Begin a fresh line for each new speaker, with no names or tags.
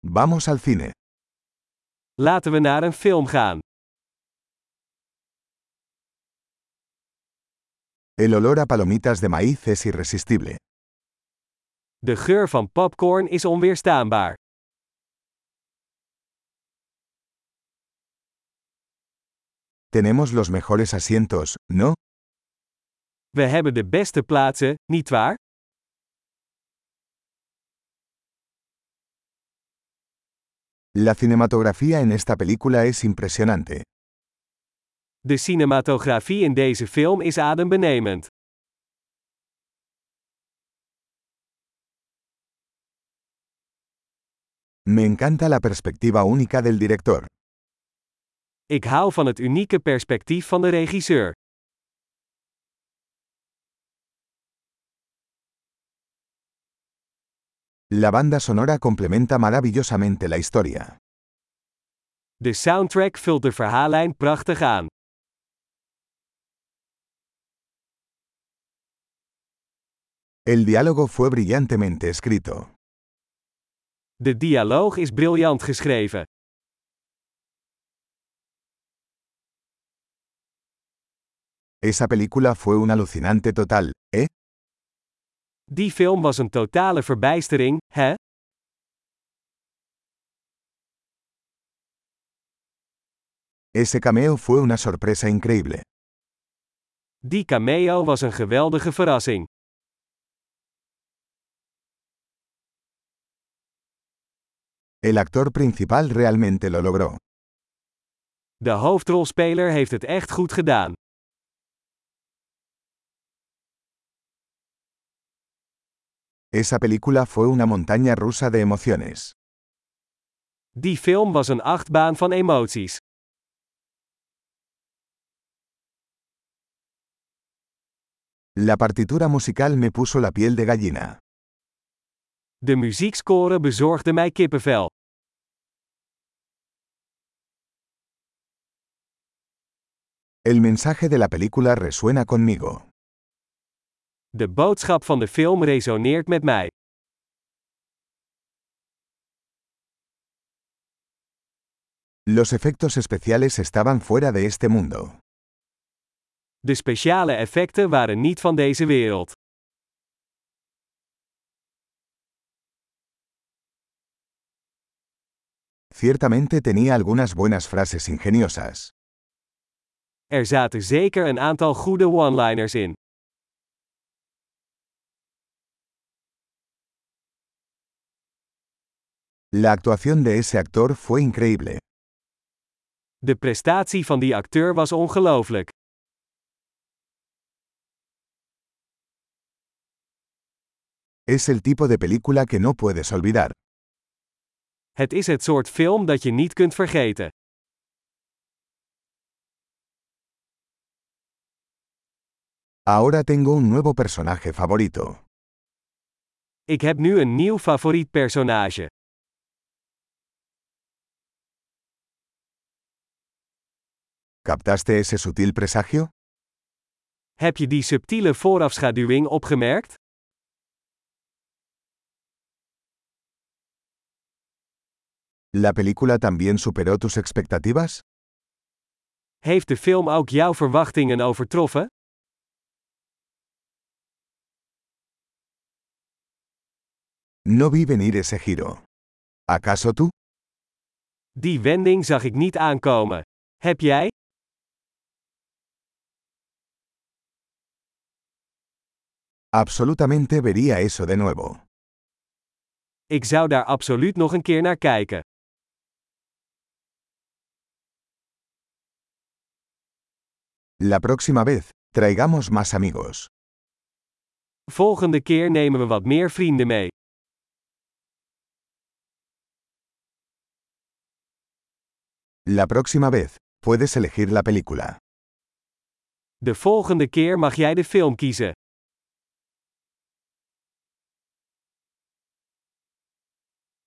Vamos al cine.
Laten we naar een film gaan.
El olor a palomitas de maíz es irresistible.
De geur van popcorn is onweerstaanbaar.
Tenemos los mejores asientos, ¿no?
We hebben de beste plaatsen, nietwaar?
La cinematografía en esta película es impresionante.
De cinematografie in deze film is adembenemend.
Me encanta la perspectiva única del director.
Ik hou van het unieke perspectief van de regisseur.
La banda sonora complementa maravillosamente la historia.
De soundtrack vult de verhaallijn prachtig aan.
El diálogo fue brillantemente escrito.
De dialoog is briljant geschreven.
Esa película fue un alucinante total, ¿eh?
Die film was een totale verbijstering, hè?
Ese cameo fue una sorpresa increíble.
Die cameo was een geweldige verrassing.
El actor principal realmente lo logró.
De hoofdrolspeler heeft het echt goed gedaan.
Esa película fue una montaña rusa de emociones.
Die film was een achtbaan van emoties.
La partitura musical me puso la piel de gallina.
De muziekscore bezorgde mij kippenvel.
El mensaje de la película resuena conmigo.
De boodschap van de film resoneert met mij.
Los efectos especiales estaban fuera de este mundo.
De speciale effecten waren niet van deze wereld.
Ciertamente tenía algunas buenas frases ingeniosas.
Er zaten zeker een aantal goede one-liners in.
La actuación de ese actor fue increíble.
De prestatie van die acteur was ongelooflijk.
Es el tipo de película que no puedes olvidar.
Het is het soort film dat je niet kunt vergeten.
Ahora tengo un nuevo personaje favorito.
Ik heb nu een nieuw favoriet personage.
¿Captaste ese sutil presagio?
Heb je die subtiele voorafschaduwing opgemerkt?
¿La película también superó tus expectativas?
Heeft de film ook jouw verwachtingen overtroffen?
No vi venir ese giro. ¿Acaso tú?
Die wending zag ik niet aankomen. Heb jij?
Absolutamente vería eso de nuevo.
Ik zou daar absoluut nog een keer naar kijken.
La próxima vez, traigamos más amigos.
Volgende keer nemen we wat meer vrienden mee.
La próxima vez, puedes elegir la película.
De volgende keer mag jij de film kiezen.